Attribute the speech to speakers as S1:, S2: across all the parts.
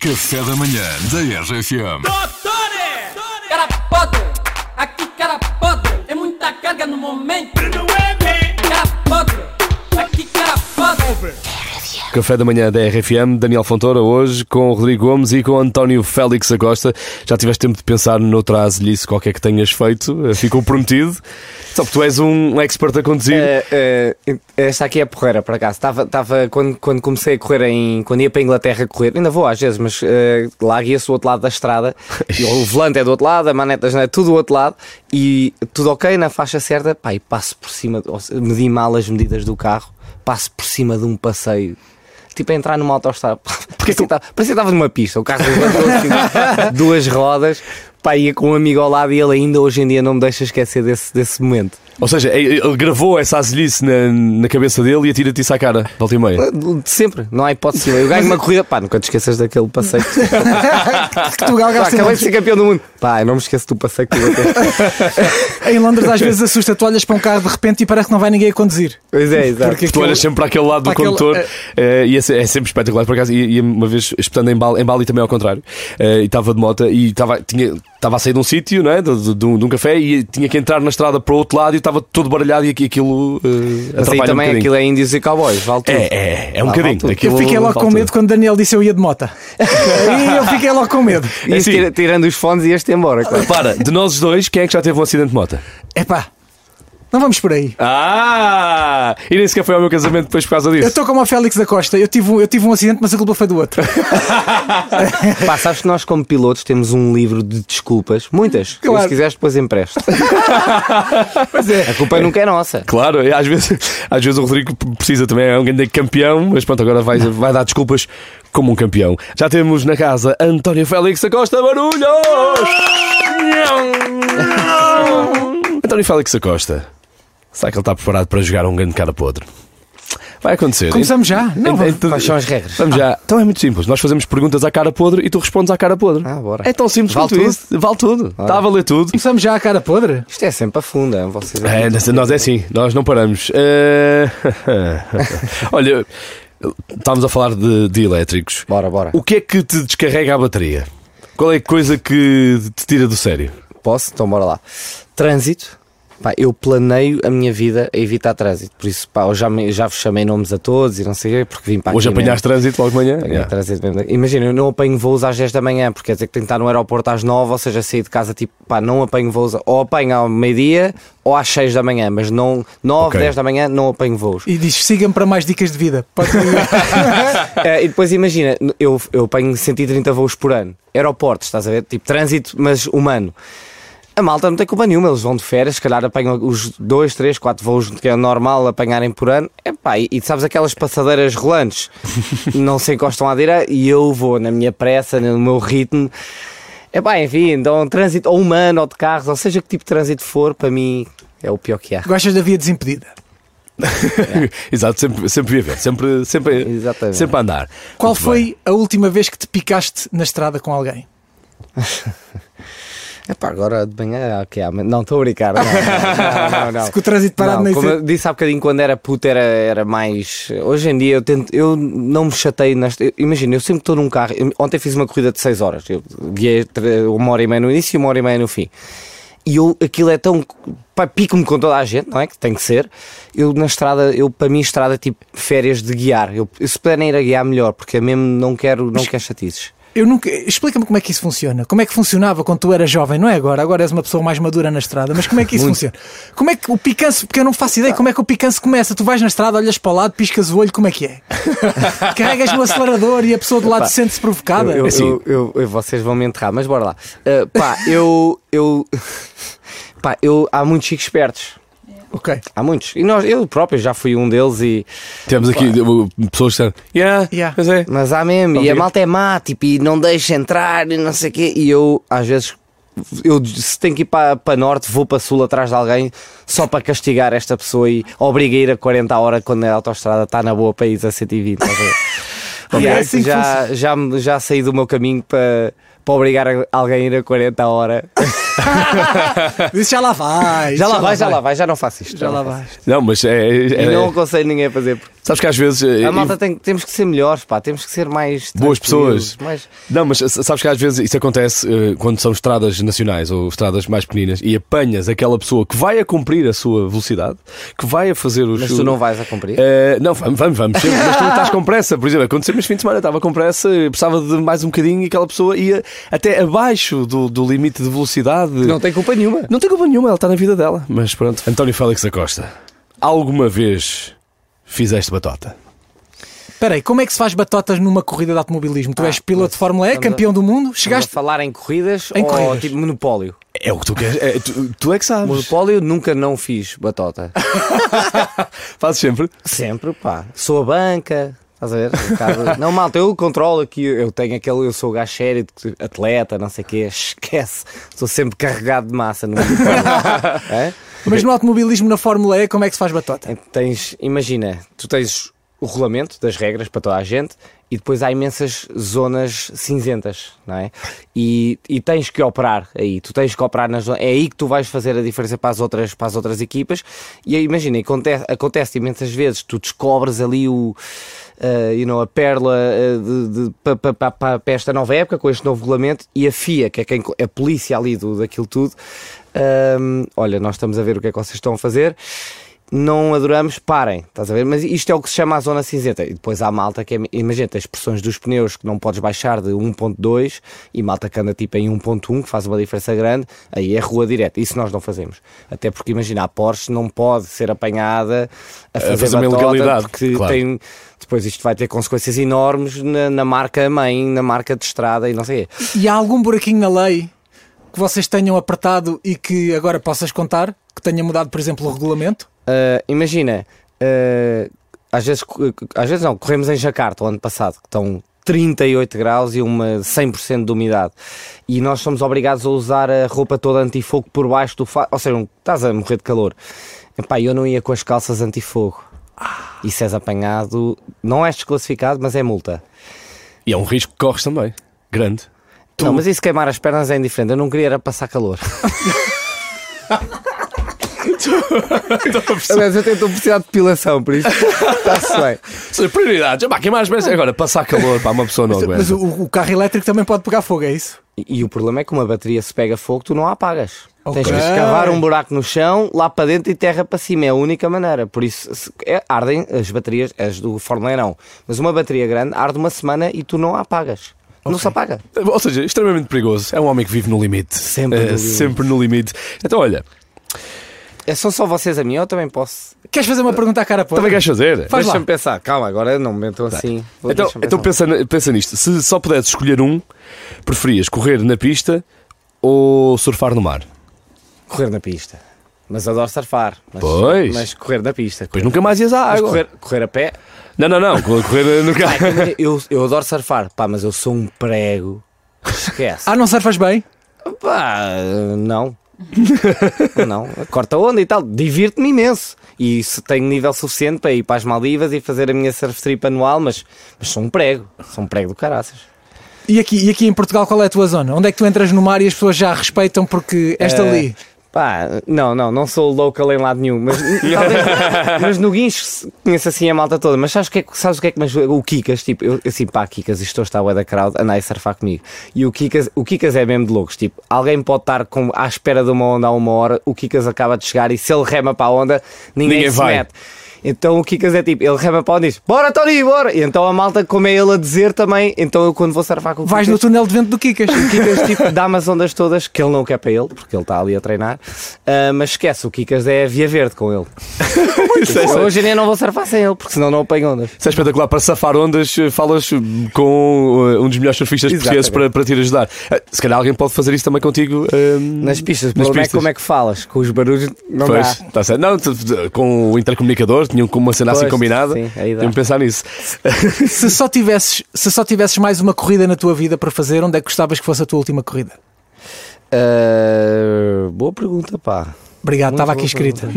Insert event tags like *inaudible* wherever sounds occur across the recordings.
S1: Café da manhã da RFM.
S2: Cara podre, aqui cara podre, é muita carga no momento. Cara podre, aqui cara podre.
S3: Café da manhã da RFM, Daniel Fontoura, hoje com o Rodrigo Gomes e com o António Félix Acosta. Já tiveste tempo de pensar noutra azelhice qualquer que tenhas feito, eh, ficou prometido. Só que tu és um expert a conduzir.
S4: Eh, eh, esta aqui é porreira, por acaso. Estava, estava quando, quando comecei a correr, em, quando ia para a Inglaterra correr, ainda vou às vezes, mas eh, lá guia-se do outro lado da estrada. E o volante é do outro lado, a maneta da janela é tudo do outro lado e tudo ok na faixa certa. Pá, e passo por cima, ou se- medi mal as medidas do carro, passo por cima de um passeio. Tipo, a entrar numa autoestrada. *laughs* Parecia que estava- parecia que estava numa pista. O carro levantou assim, duas rodas. Pá, ia com um amigo ao lado e ele ainda hoje em dia não me deixa esquecer desse, desse momento.
S3: Ou seja, eh, ele gravou essa azelhice na, na cabeça dele e atira-te isso à cara, volta e meia.
S4: De sempre, não há hipótese. Eu ganho uma corrida, pá, nunca te esqueças
S3: *laughs*
S4: daquele passeio. que tu-
S5: que tu
S4: Pá,
S5: galgaste
S4: acabei de ser campeão do mundo. Pá, eu não me esqueço do passeio que tu deste.
S5: em Londres às vezes assusta, tu olhas para um carro de repente e parece que não vai ninguém a conduzir.
S4: Pois é, exato.
S5: Porque
S3: Tu
S5: aquilo-
S3: olhas sempre para aquele lado do
S5: para aquele-
S3: condutor
S5: eh,
S3: eh, e é, se- é sempre espetacular, por acaso. E, e uma vez espetando em Bali, em Bali também ao contrário, eh, e estava de moto e estava tinha- estava a sair de um sítio, não é? de, de- de um, de um café, e tinha que entrar na estrada para o outro lado e estava todo baralhado e aqui- aquilo eh,
S4: Mas aí
S3: atrapalha
S4: também
S3: um bocadinho.
S4: aquilo é Ah, índios e cowboys, vale tudo.
S3: É, é, é um
S4: Lá
S3: bocadinho.
S4: vale tudo.
S5: Eu
S3: Aquilo um
S5: fiquei logo
S3: vale
S5: com
S3: tudo.
S5: medo quando Daniel disse eu ia de
S3: *laughs*
S5: moto. e eu fiquei logo com medo.
S4: E
S3: assim.
S4: tira- tirando os fones e este embora, claro.
S3: Para, de nós os dois, quem é que já teve um acidente de moto?
S5: Epá, não vamos por aí.
S3: Ah! E nem sequer foi ao meu casamento depois por causa
S5: Eu
S3: disso.
S5: estou como o Félix da Costa, eu tive, um, eu tive um acidente, mas a culpa foi do outro.
S4: Pá, sabes que nós, como pilotos, temos um livro de desculpas, muitas.
S5: Claro.
S4: Se quiseres, depois
S3: *laughs*
S4: empresto. pois é. A culpa nunca é nossa.
S3: Claro, e às vezes, *laughs* às vezes o Rodrigo precisa também, é um grande campeão, mas pronto, agora vai, vai dar desculpas como um campeão. Já temos na casa António Félix Acosta Barulhos! António Félix Acosta, será que ele está preparado para jogar um grande cara podre? Vai acontecer.
S5: Começamos já? Não,
S3: Ent- ent-
S4: Quais são as regras?
S3: Vamos já. Então é muito simples. Nós fazemos perguntas à cara podre e tu respondes à cara podre.
S4: Ah, bora.
S3: É tão simples
S4: Vale
S3: quanto
S4: tudo?
S3: isso. Vale tudo. Está a valer tudo.
S5: começamos já a cara podre.
S4: Isto é sempre a funda, vocês.
S3: É, nós- nós é assim, nós não paramos. Eh, *laughs* Olha, estávamos a falar de, de elétricos.
S4: Bora, bora.
S3: O que é que te descarrega a bateria? Qual é a coisa que te tira do sério?
S4: Posso? Então bora lá. Trânsito. Pá, eu planeio a minha vida a evitar trânsito. Por isso, pá, eu já, me- já vos chamei nomes a todos e não sei o quê, porque vim para
S3: Hoje
S4: aqui
S3: apanhaste trânsito logo de manhã?
S4: mesmo. Apanhei
S3: Yeah.
S4: trânsito mesmo. Imagina, eu não apanho voos às 10 da manhã, porque quer dizer que tenho que estar no aeroporto às 9, ou seja, sair de casa tipo, pá, não apanho voos, ou apanho ao meio-dia ou às 6 da manhã, mas não 9,
S3: Ok.
S4: 10 da manhã não apanho voos.
S5: E diz: siga-me para mais dicas de vida. Pode- *laughs*
S4: *laughs* Eh, e depois imagina, eu, eu apanho 130 voos por ano, aeroportos, estás a ver? Tipo trânsito, mas humano. A malta não tem culpa nenhuma, eles vão de férias, se calhar apanham os 2, 3, 4 voos que é normal apanharem por ano. Epá, e, e sabes aquelas passadeiras rolantes? não se encostam à direita e eu vou na minha pressa, no meu ritmo. Epá, enfim, então trânsito ou humano ou de carros, ou seja que tipo de trânsito for, para mim é o pior que há.
S5: Gostas da via desimpedida?
S3: *laughs* Exato, sempre, sempre viver, sempre, sempre,
S4: Exatamente.
S3: sempre a andar.
S5: Qual
S3: Muito
S5: foi
S3: bem.
S5: a última vez que te picaste na estrada com alguém?
S4: Epá, agora de manhã, ok, ah, mas- não estou a brincar. Não, não, não, não, não.
S5: Com o trânsito parado
S4: Não,
S5: na
S4: como eu disse há bocadinho, quando era puto era, era mais. Hoje em dia eu tento, eu não me chatei nas. eu- Imagina, eu sempre estou num carro. eu- ontem fiz uma corrida de 6 horas. Eu guiei tre- uma hora e meia no início e uma hora e meia no fim. E eu, aquilo é tão. pá, Pico-me com toda a gente, não é? Que tem que ser. Eu na estrada, eu para mim, estrada é tipo férias de guiar. Eu, se puderem ir a guiar, melhor, porque eu mesmo não quero, não quero chatices.
S5: Eu nunca. Explica-me como é que isso funciona. Como é que funcionava quando tu eras jovem? Não é agora, agora és uma pessoa mais madura na estrada, mas como é que isso funciona? Como é que o picanço, porque eu não faço ideia, como é que o picanço começa? Tu vais na estrada, olhas para o lado, piscas o olho, como é que
S4: *laughs*
S5: é? Carregas no acelerador e a pessoa do lado sente-se provocada.
S4: Eu, eu-
S3: Assim.
S4: eu- eu- vocês vão me enterrar, mas bora lá. Ah, pá, eu. eu pá, eu. Há muitos chicos espertos.
S5: Ok.
S4: Há muitos. E nós, eu próprio já fui um deles e.
S3: Temos aqui uh, pessoas que disseram, yeah,
S5: Yeah.
S3: pois é.
S4: Mas há mesmo. E a malta é má, tipo, e não deixa entrar e não sei o quê. E eu, às vezes, eu se tenho que ir para, para norte, vou para sul atrás de alguém só para castigar esta pessoa e obriga a ir a 40 a hora quando a autostrada está na boa país tá a 120. estás a ver?
S5: Ok.
S4: E
S5: É
S4: aí
S5: assim que
S4: já, já, me- já saí do meu caminho para. para obrigar a- alguém a ir a 40 a hora.
S5: Disse já lá vai.
S4: Já lá vai, já lá vai, já não faço isto.
S5: Já lá
S4: não faço
S5: vai.
S3: Não, mas é. é-
S4: isto. E
S3: é-
S4: não aconselho ninguém a fazer. porque
S3: Sabes que às vezes. é,
S4: A malta tem, temos que ser melhores, pá, temos que ser mais
S3: Boas
S4: tranquilos,
S3: pessoas.
S4: Mais...
S3: Não, mas s- sabes que às vezes isso acontece eh, quando são estradas nacionais ou estradas mais pequeninas e apanhas aquela pessoa que vai a cumprir a sua velocidade, que vai a fazer os.
S4: Mas tu não vais a cumprir.
S3: Eh, não, vamos, vamos, vamos. sempre, mas tu estás com pressa, por exemplo, aconteceu-me este fim de semana, estava com pressa, eh, precisava de mais um bocadinho e aquela pessoa ia até abaixo do, do limite de velocidade.
S4: Não tem culpa nenhuma.
S3: Não tem culpa nenhuma, ela está na vida dela. Mas pronto. António Félix Acosta, alguma vez fizeste batota?
S5: Espera aí, como é que se faz batotas numa corrida de automobilismo? Tu és piloto de Fórmula E,
S4: Ah, estamos a-
S5: campeão do mundo,
S4: Estás a
S5: chegaste.
S4: falar em corridas
S5: Em
S4: ou
S5: corridas.
S4: tipo monopólio?
S3: É o que tu queres. é, tu, tu é que sabes.
S4: Monopólio nunca não
S5: *laughs*
S4: fiz batota.
S3: Fazes sempre.
S4: Sempre, pá. Sou a banca. Estás a ver? Um
S5: *laughs*
S4: bocado- não, malta, eu controlo aqui. Eu tenho aquele. Eu sou o gajo sério, de- atleta, não sei o quê. Esquece. Estou sempre carregado de
S5: *laughs*
S4: massa no monopólio. é?
S5: Mas no automobilismo na Fórmula E, como é que se faz batota?
S4: Então Tens, imagina, tu tens o regulamento das regras para toda a gente e depois há imensas zonas cinzentas, não é? E, e tens que operar aí, tu tens que operar nas zonas, é aí que tu vais fazer a diferença para as outras, para as outras equipas. E aí, imagina, acontece, acontece imensas vezes, tu descobres ali o, ah, you know, a eh, perla para esta nova época, com este novo regulamento, e a FIA, que é quem, co- a polícia ali do, daquilo tudo, ahm, olha, nós estamos a ver o que é que vocês estão a fazer não adoramos, parem, estás a ver? Mas isto é o que se chama a zona cinzenta. E depois há malta que é, imagina, as pressões dos pneus que não podes baixar de 1.2 e malta que anda tipo em 1.1, que faz uma diferença grande, aí é rua direta. Isso nós não fazemos. Até porque, imagina, a Porsche não pode ser apanhada a fazer,
S3: fazer uma
S4: batota,
S3: ilegalidade,
S4: porque
S3: claro.
S4: tem- depois isto vai ter consequências enormes na, na marca mãe, na marca de estrada e não sei o quê.
S5: E há algum buraquinho na lei que vocês tenham apertado e que agora possas contar? Que tenha mudado, por exemplo, o regulamento?
S4: Uh, imagina, uh, às, vezes, co- às vezes não, corremos em Jacarta o ano passado, que estão 38 graus e uma 100% de umidade. E nós somos obrigados a usar a roupa toda antifogo por baixo do fato. Ou seja, um- estás a morrer de calor. Epá, eu não ia com as calças antifogo. E se és apanhado, não és desclassificado, mas é multa.
S3: E é um risco que corres também. Grande.
S4: Não, mas isso queimar as pernas é indiferente. Eu não queria era passar *laughs* calor. Aliás, eu estou a precisar de depilação, por isso está-se bem.
S3: São prioridades. Pá, quem mais merece? Agora, passar calor para uma pessoa não aguenta.
S5: Mas o, o carro elétrico também pode pegar fogo, é isso?
S4: E, e o problema é que uma bateria se pega fogo, tu não a apagas.
S5: Ok.
S4: Tens que escavar um buraco no chão, lá para dentro e terra para cima. É a única maneira. Por isso, se- é- ardem as baterias, as do Fórmula E não. Mas uma bateria grande arde uma semana e tu não a apagas. Não se apaga.
S3: Ou seja, extremamente perigoso. É um homem que vive no limite.
S4: Sempre
S3: Eh,
S4: no limite.
S3: sempre no limite. Então, olha,
S4: É, são só vocês a mim, eu também posso.
S5: Queres fazer uma pergunta à cara pô?
S3: também queres fazer?
S5: Faz lá.
S4: Deixa-me pensar. Calma, agora não me metam assim. Vou-
S3: Então,
S4: deixa-me
S3: então
S4: pensar.
S3: pensa, na- pensa nisto. Se só pudesses escolher um, preferias correr na pista ou surfar no mar?
S4: Correr na pista. Mas adoro surfar. Mas,
S3: Pois.
S4: Mas correr na pista.
S3: Pois nunca mais ias à
S4: Mas
S3: água.
S4: correr, correr a pé.
S3: Não, não, não. Correr eh, no
S4: Ai,
S3: *laughs* carro.
S4: também eu, eu adoro surfar. Pá, mas eu sou um prego. Esquece.
S5: Ah, não surfas bem?
S4: Pá, não. não, corta onda e tal. Divirto-me imenso. E se tenho nível suficiente para ir para as Maldivas e fazer a minha surf trip anual, mas, mas sou um prego. Sou um prego do caraças.
S5: E aqui, e aqui em Portugal, qual é a tua zona? Onde é que tu entras no mar e as pessoas já respeitam porque esta
S4: Eh,
S5: ali?
S4: Pá, não, não, não sou local em lado nenhum,
S5: *laughs*
S4: mas, talvez- mas no guincho se- conheço assim a malta toda. Mas sabes o que é que, sabes o, que é que me ajuda? O Kikas, tipo, eu assim, pá, Kikas, isto está a da crowd, anda aí surfar comigo. E o Kikas, o Kikas é mesmo de loucos, tipo, alguém pode estar com, à espera de uma onda há uma hora, o Kikas acaba de chegar e se ele rema para a onda, ninguém,
S3: Ninguém
S4: se
S3: vai.
S4: mete. Então o Kikas é tipo, ele rema para a onda e diz: Bora, Tony, bora! E então a malta, como é ele a dizer também, então eu quando vou surfar com o
S5: Vais
S4: Kikas,
S5: no túnel de vento do
S4: *laughs*
S5: Kikas.
S4: o Kikas tipo, dá umas ondas todas que ele não quer para ele, porque ele está ali a treinar. Ah, mas esquece, o Kikas é a via verde com ele.
S3: Isso é-
S4: Eu
S3: isso é-
S4: hoje nem não vou surfar sem ele, porque senão não apanho ondas.
S3: isso é espetacular. Para safar ondas, eh, falas eh, com eh, um dos melhores surfistas portugueses para,
S4: Exatamente.
S3: para te ir ajudar. Eh, Se calhar alguém pode fazer isso também contigo. eh,
S4: Nas pistas, o
S3: Nas
S4: problema é
S3: pistas.
S4: como é que falas? Com os barulhos não
S3: Pois,
S4: dá.
S3: tá certo. Não, tu- tu- com o intercomunicador, tinham com uma cena assim
S4: Pois,
S3: combinada.
S4: sim, aí dá.
S3: Tinham que pensar nisso. *laughs*
S5: se, só tivesses, se só tivesses mais uma corrida na tua vida para fazer, onde é que gostavas que fosse a tua última corrida?
S4: Ah, boa pergunta, pá.
S5: Obrigado,
S4: Muito
S5: estava
S4: boa
S5: aqui escrita.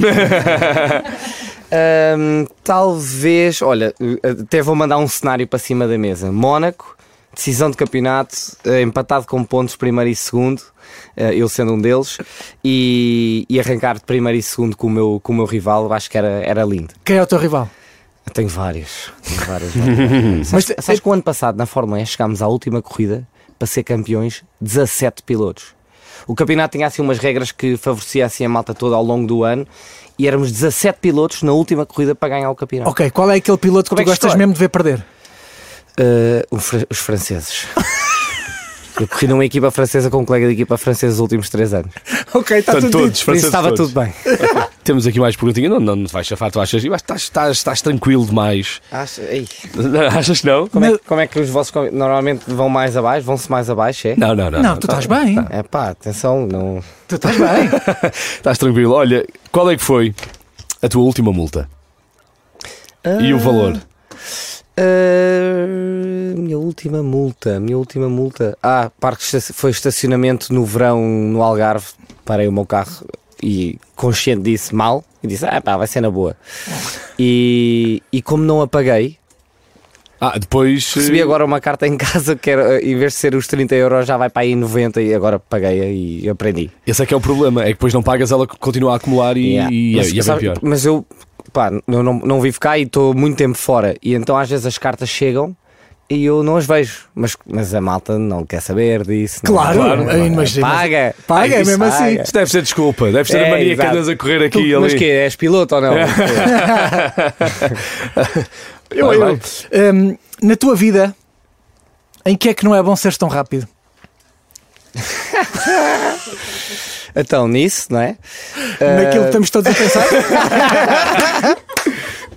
S4: Ahm, talvez, olha, até vou mandar um cenário para cima da mesa: Mónaco, decisão de campeonato, eh, empatado com pontos primeiro e segundo, eh, eu sendo um deles, e, e arrancar de primeiro e segundo com o meu, com o meu rival, eu acho que era, era lindo.
S5: Quem é o teu rival?
S4: Eu tenho vários, tenho
S5: *laughs*
S4: vários. vários.
S5: Mas
S4: sabes,
S5: te-
S4: sabes que o ano passado, na Fórmula E, chegámos à última corrida para ser campeões 17 pilotos. O campeonato tinha assim umas regras que favorecia assim a malta toda ao longo do ano e éramos 17 pilotos na última corrida para ganhar o campeonato.
S5: Ok, qual é aquele piloto que
S4: Como
S5: tu
S4: é que
S5: gostas
S4: estou?
S5: mesmo de ver perder?
S4: Eh, o fra-
S5: *laughs*
S4: os franceses. Eu corri numa equipa francesa com um colega de equipa francesa nos últimos 3 anos.
S5: Ok, está
S3: Portanto,
S5: tudo
S3: todos,
S5: dito.
S4: Por
S3: franceses
S4: isso estava
S3: todos.
S4: tudo bem.
S3: Temos aqui mais perguntinha. Não, não, não te vais chafar, tu achas? Eu acho que estás, estás, estás tranquilo demais. *laughs*
S4: Acha- ei,
S3: Achas que não?
S4: como, é,
S5: Mas-
S4: que- como é que os vossos convi- normalmente vão mais abaixo? Vão-se mais abaixo, é?
S3: Não, não, não. tá
S5: Não, tu estás bem.
S4: É pá, atenção, não.
S5: Tu estás bem.
S4: *laughs*
S3: Estás tranquilo. Olha, qual é que foi a tua última multa? E o valor?
S4: Ah, minha última multa, minha última multa. Ah, parque esta- foi estacionamento no verão no Algarve. Parei o meu carro e consciente disse mal e disse: Ah, pá, vai ser na boa. E, e como não apaguei,
S3: Ah, depois. eh,
S4: recebi agora uma carta em *laughs* casa que era, eh, em vez de ser os 30 euros, já vai para aí 90 e agora paguei e aprendi.
S3: Esse é que é o problema. É que depois não pagas, ela continua a acumular e,
S4: Yeah.
S3: e,
S4: mas,
S3: e é bem
S4: sabe-
S3: pior.
S4: mas eu, pá, eu não, não vivo cá e estou muito tempo fora. E então às vezes as cartas chegam e eu não as vejo. Mas, mas a malta não quer saber disso. não-
S5: Claro,
S4: não- não-
S5: imagina.
S4: Paga.
S3: é
S5: Paga,
S4: Ai, isso
S5: mesmo assim.
S4: paga.
S3: Isto deve ser desculpa, deve ser
S4: É,
S3: a mania
S4: exato.
S3: que andas a correr
S4: Tu-
S3: aqui e ali.
S4: mas que é? És piloto ou não?
S3: Eu, eu,
S5: Hum, na tua vida, em que é que não é bom seres tão rápido?
S4: então, nisso, não é?
S5: Naquilo que estamos todos a pensar?
S4: *laughs*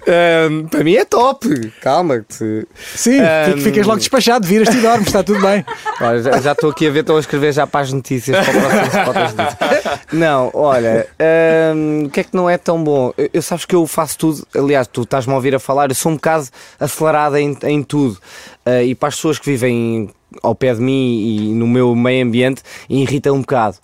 S4: Ahm, para mim é top. Calma. Que
S5: Sim,
S4: Hum.
S5: fic- ficas logo despachado, viras-te e dormes, está tudo bem.
S4: Olha, já- já estou aqui a ver, estou a escrever já para as notícias, para o próximo spot das notícias. Não, olha, hum, o que é que não é tão bom? Eu, eu sabes que eu faço tudo, aliás, tu estás-me a ouvir a falar, eu sou um bocado acelerado em, em tudo. Ah, e para as pessoas que vivem ao pé de mim e no meu meio ambiente, irrita um bocado.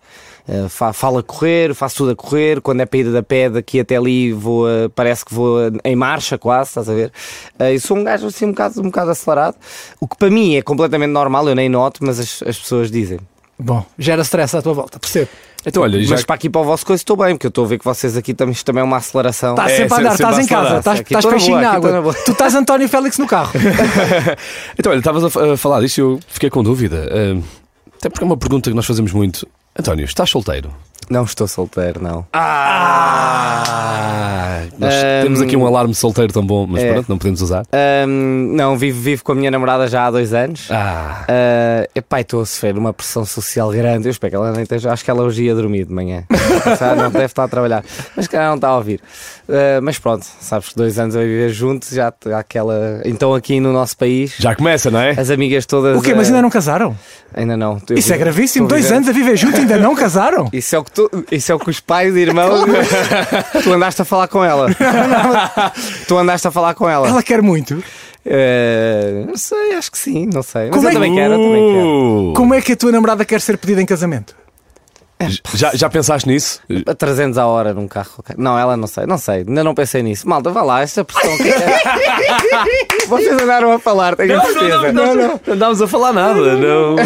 S4: Ah, fa- falo a correr, faço tudo a correr. Quando é para ir da pé daqui até ali, vou a- parece que vou a- em marcha quase, estás a ver? Ah, eu sou um gajo assim um bocado, um bocado acelerado, o que para mim é completamente normal, eu nem noto, mas as, as pessoas dizem.
S5: Bom, gera stress à tua volta, percebo.
S4: É,
S3: então, olha, já
S4: Mas para aqui para o vosso coisa estou bem, porque eu estou a ver que vocês aqui também, isto também é uma aceleração.
S5: Estás
S3: É,
S5: Tá sempre a
S3: sempre-
S5: andar, estás
S3: sempre
S5: em
S3: a acelerar.
S5: casa, estás-
S4: Aqui
S5: estás
S4: estou na
S5: peixinho
S4: boa,
S5: na
S4: aqui estou
S5: água.
S4: na boa.
S5: Tu estás António Félix no carro.
S3: Então, olha, estavas a fa- a falar disso e eu fiquei com dúvida. Ahm, Até porque é uma pergunta que nós fazemos muito. António, estás solteiro?
S4: Não estou solteiro, não.
S3: Ah! Nós
S4: Ahm,
S3: temos aqui um alarme solteiro tão bom, mas
S4: é.
S3: pronto, não podemos usar.
S4: Ahm, não, vivo, vivo com a minha namorada já há dois anos.
S3: Ah!
S4: Ah, epá, estou a sofrer uma pressão social grande. Eu espero que ela nem esteja. Acho que ela hoje ia dormir de
S5: *laughs*
S4: manhã. Sabe, não deve estar a trabalhar. Mas que não está a ouvir. Ah, mas pronto, sabes que dois anos a viver juntos, já t- há aquela. Então aqui no nosso país,
S3: Já começa, não é?
S4: as amigas todas.
S5: O quê? Mas
S4: ah,
S5: ainda não casaram?
S4: Ainda não. Eu
S5: Isso é
S4: vivo-
S5: gravíssimo.
S4: estou a
S5: Dois
S4: viver-
S5: anos a viver junto e ainda não casaram?
S4: *laughs* Isso é, o que tu, isso é o que os pais e
S5: *laughs*
S4: irmãos. *laughs* tu andaste a falar com ela. tu andaste a falar com ela.
S5: Ela quer muito.
S4: Ah, não sei, acho que sim, não sei. Mas
S5: Como
S4: eu
S5: é que-
S4: também quero, eu também quero.
S3: Uh!
S5: Como é que a tua namorada quer ser pedida em casamento?
S3: já, já pensaste nisso?
S4: A 300 a hora num carro. ok. Não, ela não sei, não sei, ainda não pensei nisso. Malta, vá lá, esta pressão que é.
S3: *laughs*
S4: Vocês andaram a falar, tenho a certeza.
S3: não andámos a falar nada. Não, Não,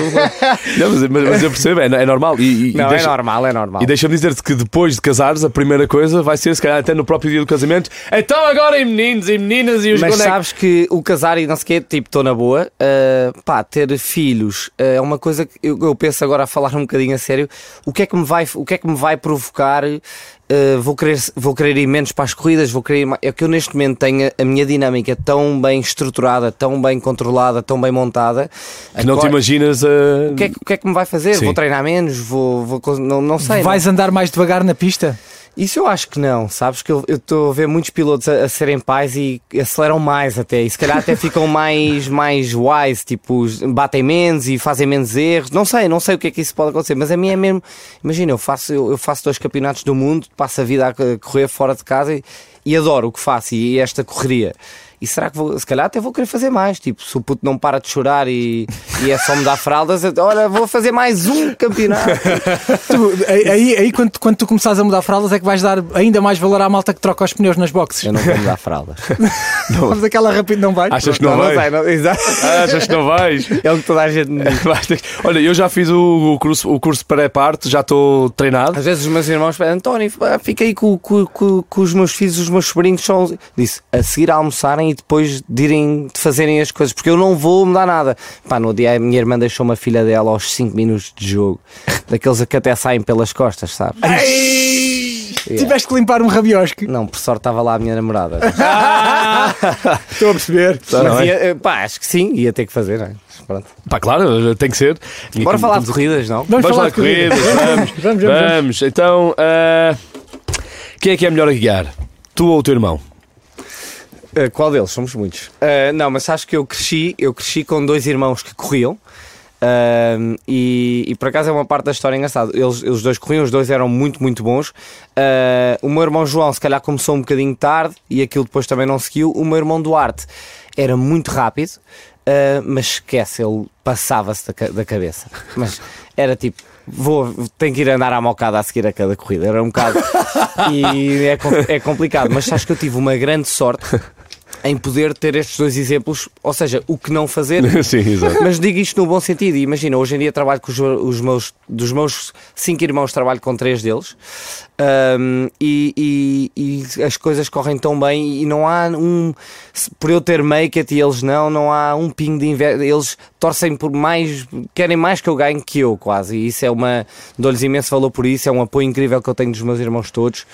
S3: mas, mas- mas eu percebo, é, é normal. E, e- e
S4: Não,
S3: deixa-
S4: é normal, é normal.
S3: E deixa-me dizer-te que depois de casares, a primeira coisa vai ser, se calhar, até no próprio dia do casamento. Então agora, e meninos, e meninas, e os
S4: Mas
S3: bonecos.
S4: sabes que o casar e não sei o quê, tipo, estou na boa. Uh, pá, ter filhos uh, é uma coisa que eu, eu penso agora a falar um bocadinho a sério. O que é que me vai, o que é que me vai provocar? uh, vou, querer, vou querer ir menos para as corridas, vou querer ir mais. É que eu neste momento tenho a minha dinâmica tão bem estruturada, tão bem controlada, tão bem montada.
S3: Que não te
S4: Agora-
S3: imaginas uh, a.
S4: o que, é, que- o que é que me vai fazer?
S3: Sim.
S4: Vou treinar menos? Vou, vou co- não, não sei. não. é?
S5: Vais andar mais devagar na pista?
S4: Isso eu acho que não, sabes? Que eu eu estou a ver muitos pilotos a, a serem pais e aceleram mais até. E se calhar até ficam *laughs* mais, mais wise, tipo, os- batem menos e fazem menos erros. Não sei, não sei o que é que isso pode acontecer, mas a mim é mesmo. Imagina, eu faço, eu, eu faço dois campeonatos do mundo, passo a vida a c- correr fora de casa e, e adoro o que faço e esta correria. E E será que vou, se calhar até vou querer fazer mais? Tipo, se o puto não para de chorar e, e é só me dar fraldas, eu- olha, vou fazer mais
S3: *laughs*
S4: um campeonato.
S5: Tu- aí, aí, aí quando, quando tu começares a mudar fraldas é que vais dar ainda mais valor à malta que troca os pneus nas boxes.
S4: Eu não vou me dar fraldas.
S5: Vamos aquela rápida, não vai?
S3: Achas que não,
S4: não
S3: vais?
S4: sei, não- exato.
S3: Ah, achas que não *laughs* vais?
S4: É o que toda a gente me diz.
S3: Vais ter que- Olha, eu já fiz o, o curso, o curso pré-parte, já estou treinado.
S4: Às vezes os meus irmãos pedem, António, pá, fica aí com, com- com- com os meus filhos, os meus sobrinhos são. Disse, a seguir a almoçarem e depois de irem de fazerem as coisas, porque eu não vou mudar nada. Pá, no dia a minha irmã deixou uma filha dela aos 5 minutos de jogo, daqueles que até saem pelas costas, sabe?
S5: Tiveste que limpar um rabiosque.
S4: Não, por sorte estava lá a minha namorada.
S5: Estou a perceber.
S3: não é?
S4: Mas ia- eh, pá, acho que sim, ia ter que fazer, não é? Mas Pronto.
S3: Pá, claro, tem que ser. E
S4: Bora
S3: como-
S4: falar de corridas, não?
S5: Vamos,
S3: Vamos
S5: falar
S3: lá,
S5: de corrida.
S3: corridas, vamos,
S5: Vamos,
S3: vamos,
S5: vamos,
S3: Então, ah, quem é que é melhor a guiar? Tu ou o teu irmão? *laughs*
S4: Uh, qual deles? Somos muitos. Uh, não, mas acho que eu cresci, eu cresci com dois irmãos que corriam. Um, e, e por acaso é uma parte da história engraçada. Eles, eles dois corriam, os dois eram muito, muito bons. Uh, o meu irmão João, se calhar, começou um bocadinho tarde e aquilo depois também não seguiu. O meu irmão Duarte era muito rápido, uh, mas esquece, ele passava-se da, ca- da cabeça. Mas era tipo. Vou, tenho que ir andar à mocada a seguir a cada corrida. Era um bocado. e é, com- é complicado. Mas acho que eu tive uma grande sorte em poder ter estes dois exemplos. Ou seja, o que não fazer
S3: Sim, exato.
S4: mas digo isto no bom sentido. e Imagina, hoje em dia trabalho com os, os meus, dos meus cinco irmãos, trabalho com três deles Ahm, e, e- e as coisas correm tão bem. E não há um, se- por eu ter make-it e eles não, não há um pingo de inveja. Eles torcem por mais, querem mais que eu ganhe que eu, quase. E isso é uma, dou-lhes imenso valor por isso. É um apoio incrível que eu tenho dos meus irmãos todos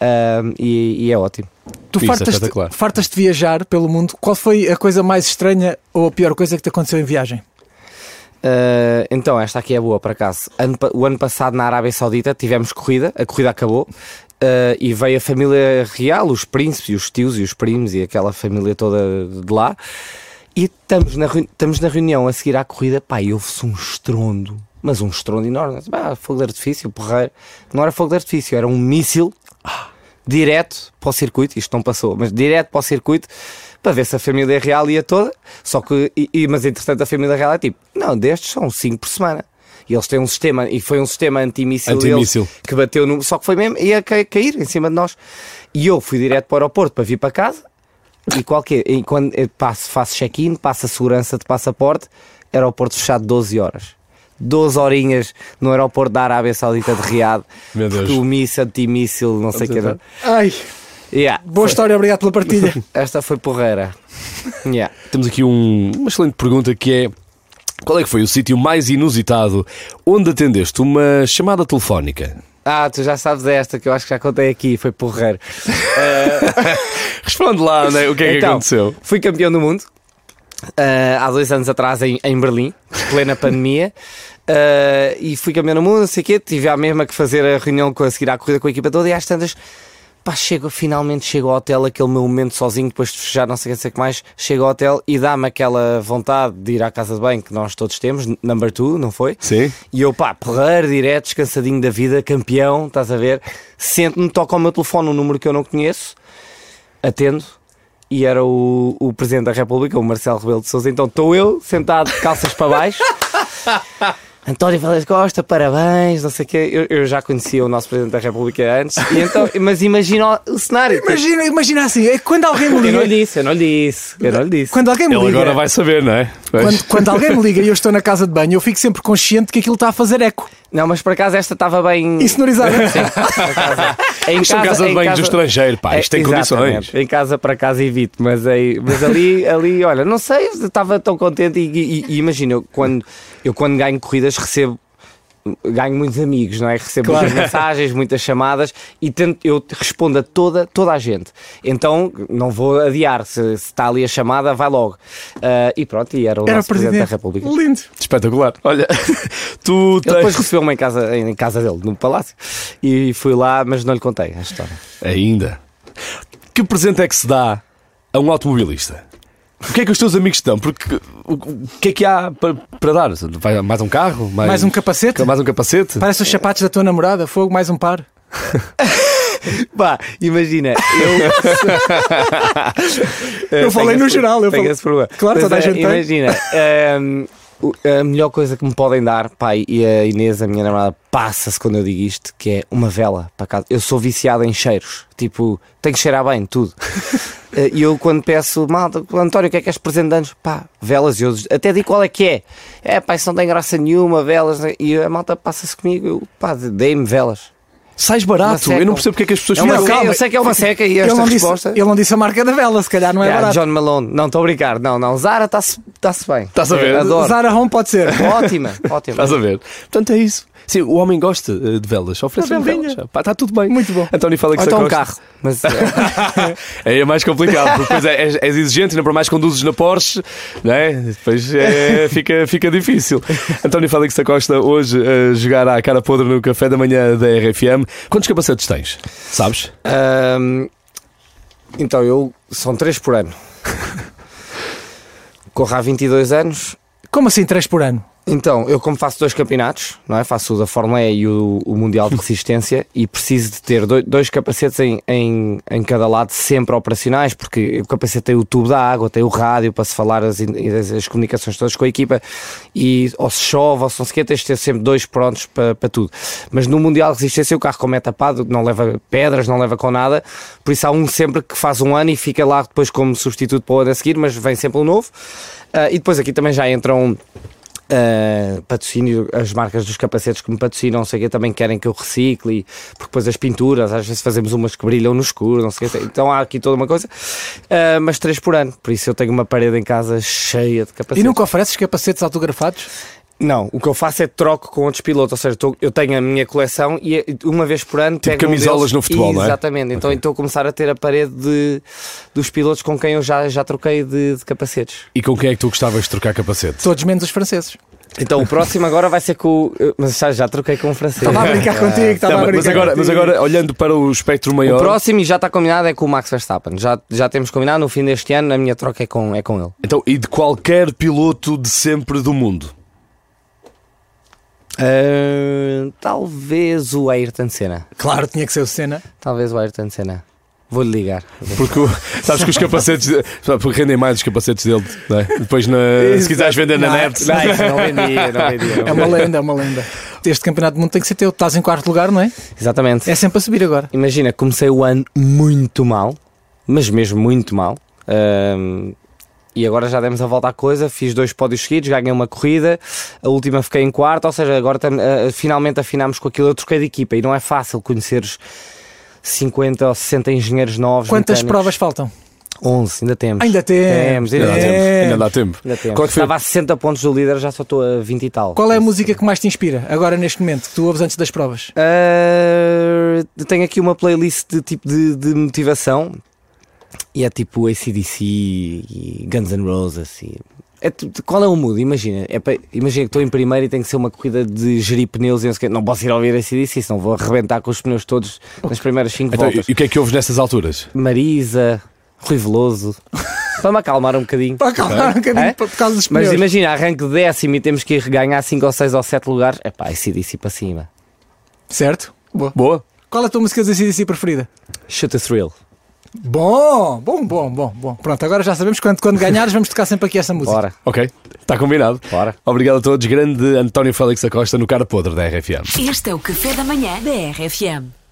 S4: Ahm, e, e é ótimo.
S5: Tu
S3: Isso,
S5: fartas-te
S3: espetacular.
S5: fartas de viajar pelo mundo. Qual foi a coisa mais estranha ou a pior coisa que te aconteceu em viagem?
S4: Uh, então, esta aqui é boa, por acaso. Ano pa- o ano passado, na Arábia Saudita, tivemos corrida, a corrida acabou. uh, e veio a família real, os príncipes, e os tios e os primos e aquela família toda de lá. E estamos na, reuni- estamos na reunião a seguir à corrida, pá, e houve-se um estrondo, mas um estrondo enorme. Bah, fogo de artifício, porreiro. Não era fogo de artifício, era um míssil direto para o circuito, isto não passou, mas direto para o circuito para ver se a família real ia toda. Só que, e, e- mas entretanto a família real é tipo, não, destes são 5 por semana. E eles têm um sistema, e foi um sistema antimíssil deles
S3: Antimíssil.
S4: que bateu no. Só que foi mesmo, ia ca- cair em cima de nós. E eu fui direto para o aeroporto para vir para casa. E qualquer. E quando eu passo, faço check-in, passo a segurança de passaporte, aeroporto fechado 12 horas. 12 horinhas no aeroporto da Arábia Saudita de Riad.
S3: Meu Deus.
S4: porque O míssil, antimíssil, não sei o que era.
S5: Ai,
S4: Yeah.
S5: boa história, obrigado pela partilha.
S4: Esta foi porreira. *laughs* Yeah.
S3: Temos aqui um- uma excelente pergunta que é: qual é que foi o sítio mais inusitado onde atendeste uma chamada telefónica?
S4: Ah, tu já sabes esta que eu acho que já contei aqui, foi porreiro.
S3: Responde lá, né? o que é que
S4: Então,
S3: aconteceu?
S4: Fui campeão do mundo ah, há dois anos atrás em, em Berlim, plena pandemia. *laughs* Ah, e fui campeão do mundo, não sei o quê. Tive a mesma que fazer a reunião com a seguir à corrida com a equipa toda e às tantas. Pá, chego, finalmente chego ao hotel, aquele meu momento sozinho, depois de fechar, não sei o que, não sei o que mais. Chego ao hotel e dá-me aquela vontade de ir à casa de banho que nós todos temos, n- number two, não foi?
S3: Sim.
S4: E eu, pá, porreiro, direto, descansadinho da vida, campeão, estás a ver? Sento-me, toca ao meu telefone um número que eu não conheço, atendo, e era o, o Presidente da República, o Marcelo Rebelo de Souza. Então estou eu, sentado de calças para baixo. António Valés Costa, parabéns, não sei o quê. Eu, eu já conhecia o nosso Presidente da República antes, e então, mas imagina o, o cenário. tipo,
S5: Imagina, imagina assim, é que quando alguém me
S4: eu não
S5: liga.
S4: lhe disse, eu não lhe disse, eu não lhe disse.
S5: Quando alguém me
S3: Ele
S5: liga.
S3: agora vai saber, não é?
S5: Quando, quando alguém me liga e eu estou na casa de banho, eu fico sempre consciente que aquilo está a fazer eco.
S4: Não, mas por acaso esta estava bem.
S5: E sonorizado.
S4: Em
S3: Isto é um caso de
S4: em
S3: banho do estrangeiro, pá,
S4: É,
S3: isto tem
S4: exatamente.
S3: condições.
S4: Em casa, para casa, evito, mas, aí, mas ali, ali, olha, não sei, estava tão contente e, e- e imagina, eu quando, eu quando ganho corridas recebo. Ganho muitos amigos, não é? Recebo muitas mensagens, muitas chamadas e tento, eu respondo a toda, toda a gente. Então não vou adiar, se, se está ali a chamada, vai logo. Ah, e pronto, e era o
S5: Era o
S4: nosso Presidente,
S5: presidente.
S4: da República.
S5: Lindo.
S3: Espetacular. Olha, *laughs* tu
S4: Ele depois
S3: tens.
S4: recebeu-me em casa, em casa dele, no palácio, e fui lá, mas não lhe contei a história.
S3: Ainda. Que presente é que se dá a um automobilista? O que é que os teus amigos te dão? Porque o, o que é que há para, para dar? Vai- mais um carro? Mais,
S5: Mais um capacete?
S3: Mais um capacete?
S5: Parece os sapatos da tua namorada, fogo, mais um par.
S4: Pá, imagina, eu.
S5: *laughs* Eu falei
S4: Eh, Tenho
S5: no
S4: esse-
S5: geral, eu
S4: tenho
S5: falo-
S4: esse problema.
S5: Claro,
S4: Mas,
S5: toda a
S4: eh,
S5: gente tem.
S4: Imagina, ehm, o- a melhor coisa que me podem dar, pai, e a Inês, a minha namorada, passa-se quando eu digo isto, que é uma vela para casa. Eu sou viciado em cheiros. Tipo, tenho que cheirar bem,
S5: *laughs*
S4: tudo. Eh, E eu quando peço, malta, António, o que é que és presente de anos? Pá, velas e eu até digo qual é que é. É, pá, isso não tem graça nenhuma, velas. né? E a malta passa-se comigo, eu, pá, dei-me velas.
S3: Sais
S5: Ah,
S4: Uma
S3: barato.
S4: seca.
S3: Eu não percebo porque é que as pessoas
S4: É uma
S3: ficam.
S5: Não, calma.
S4: seca, eu sei que é uma seca e
S5: ele,
S4: esta
S5: não disse,
S4: resposta.
S5: ele não disse a marca da vela, se calhar não é
S4: Ah,
S5: barato.
S4: John Malone, não, estou a brincar, não, não. Zara está-se tá-se bem.
S3: Estás a ver?
S4: Adoro.
S5: Zara Home pode
S4: *laughs*
S5: ser.
S4: Ótima,
S5: *laughs*
S4: ótima.
S3: Estás a ver? Portanto, é isso. Sim, o homem gosta eh, de velas, oferece velas. Pá, está tudo bem.
S5: Muito bom.
S3: António fala que
S4: Ou então um
S3: gosta.
S4: carro. Mas, eh,
S3: *laughs* Aí é mais complicado, porque depois é- és, és exigente, ainda para mais conduzes na Porsche, não é? Depois
S4: *laughs*
S3: é- fica, fica difícil. António Félix da Costa hoje a jogar à cara podre no café da manhã da RFM. Quantos capacetes tens? Sabes?
S4: ahm, um, então eu são três
S5: *laughs*
S4: por ano. Corro há 22 anos.
S5: Como assim, 3 por ano?
S4: Então, eu como faço dois campeonatos, não é? Faço o da Fórmula E e o, o Mundial de Resistência e preciso de ter do- dois capacetes em, em, em cada lado sempre operacionais, porque o capacete tem o tubo da água, tem o rádio para se falar as, in- as, as comunicações todas com a equipa e ou se chove ou se não sei o quê, tens de ter sempre dois prontos para, para tudo. Mas no Mundial de Resistência o carro como é tapado, não leva pedras, não leva com nada, por isso há um sempre que faz um ano e fica lá depois como substituto para o ano a seguir, mas vem sempre um novo. Ah, e depois aqui também já entram uh, patrocínio, as marcas dos capacetes que me patrocinam, não sei o quê, também querem que eu recicle, porque depois as pinturas, às vezes fazemos umas que brilham no escuro, não sei o quê. Então há aqui toda uma coisa, Uh, mas três por ano, por isso eu tenho uma parede em casa cheia de
S5: E
S4: capacetes.
S5: nunca ofereces capacetes autografados?
S4: Não, o que eu faço é troco com outros pilotos, ou seja, tô- eu tenho a minha coleção e eh, uma vez por ano tipo pego um
S3: camisolas
S4: deles-
S3: no futebol, não é?
S4: Exatamente, então estou a começar a ter a parede de- dos pilotos com quem eu já, já troquei de- de capacetes.
S6: E com quem é que tu gostavas de trocar capacete?
S5: Todos menos os franceses.
S4: Então o próximo agora vai ser com o. Mas já, já troquei com o francês.
S5: Estava a brincar contigo, estava
S3: Não,
S5: a brincar
S3: mas, agora, mas
S5: contigo.
S4: é
S3: agora, olhando para o espectro
S4: O
S3: maior,
S4: próximo e já está combinado é com o Max Verstappen. Já, já temos combinado, no fim deste ano a minha troca é com, é com ele.
S3: então, e de qualquer piloto de sempre do mundo.
S4: Ah, talvez o Ayrton Senna.
S5: Claro, tinha que ser o Senna.
S4: Talvez o Ayrton Senna. Vou-lhe ligar.
S3: Porque o- sabes que os capacetes sabe, porque rendem mais os capacetes dele, não é? Depois na- se quiseres vender na
S4: Não,
S3: net.
S4: Não, isso não vendia, não vendia. não
S5: É uma
S4: vendia.
S5: lenda, é uma lenda. Este campeonato do mundo tem que ser teu. Estás em quarto lugar, não é?
S4: Exatamente.
S5: É sempre a subir agora.
S4: Imagina, comecei o ano muito mal, mas mesmo muito mal. Ahm, e agora já demos a volta à coisa, fiz dois pódios seguidos, ganhei uma corrida, a última fiquei em quarto, ou seja, agora tam- ah, finalmente afinámos com aquilo, eu troquei de equipa e não é fácil conheceres 50 ou 60 engenheiros novos.
S5: Quantas
S4: mecânicos.
S5: provas faltam?
S4: 11, ainda temos.
S5: Ainda temos.
S4: Temos, ainda
S3: Ainda dá tempo.
S4: temos.
S5: É.
S3: Ainda dá tempo.
S4: Ainda temos.
S3: Qual é que foi
S4: Estava a 60 pontos do líder, já só estou a 20 e tal.
S5: Qual é a música que mais te inspira agora neste momento, que tu ouves antes das provas?
S4: Ah, tenho aqui uma playlist de tipo de, de motivação e é tipo ACDC e Guns N' Roses. E é tipo- qual é o mood? Imagina, é pa- imagina que estou em primeiro e tem que ser uma corrida de gerir pneus e não, sei o quê. não posso ir ouvir ACDC, senão vou arrebentar com os pneus todos nas primeiras 5
S6: Então,
S4: voltas.
S6: e, e o que é que ouves nessas alturas?
S4: Marisa, Rui Veloso, *laughs* para me acalmar um bocadinho.
S5: Para acalmar um bocadinho
S4: É?
S5: por por causa dos
S4: Mas
S5: pneus.
S4: imagina, arranque de décimo e temos que ir ganhar 5 ou 6 ou 7 lugares. É pá, ACDC para cima.
S5: Certo? Boa.
S3: Boa.
S5: Qual é a tua música da CDC preferida?
S4: Shoot a thrill.
S5: Bom, bom, bom, bom, bom. Pronto, agora já sabemos quando, quando ganhares vamos tocar sempre aqui esta música.
S4: Bora,
S3: Ok, está combinado.
S4: bora.
S3: Obrigado a todos. Grande António Félix Acosta no Cara Podre da RFM.
S7: Este é o café da manhã da RFM.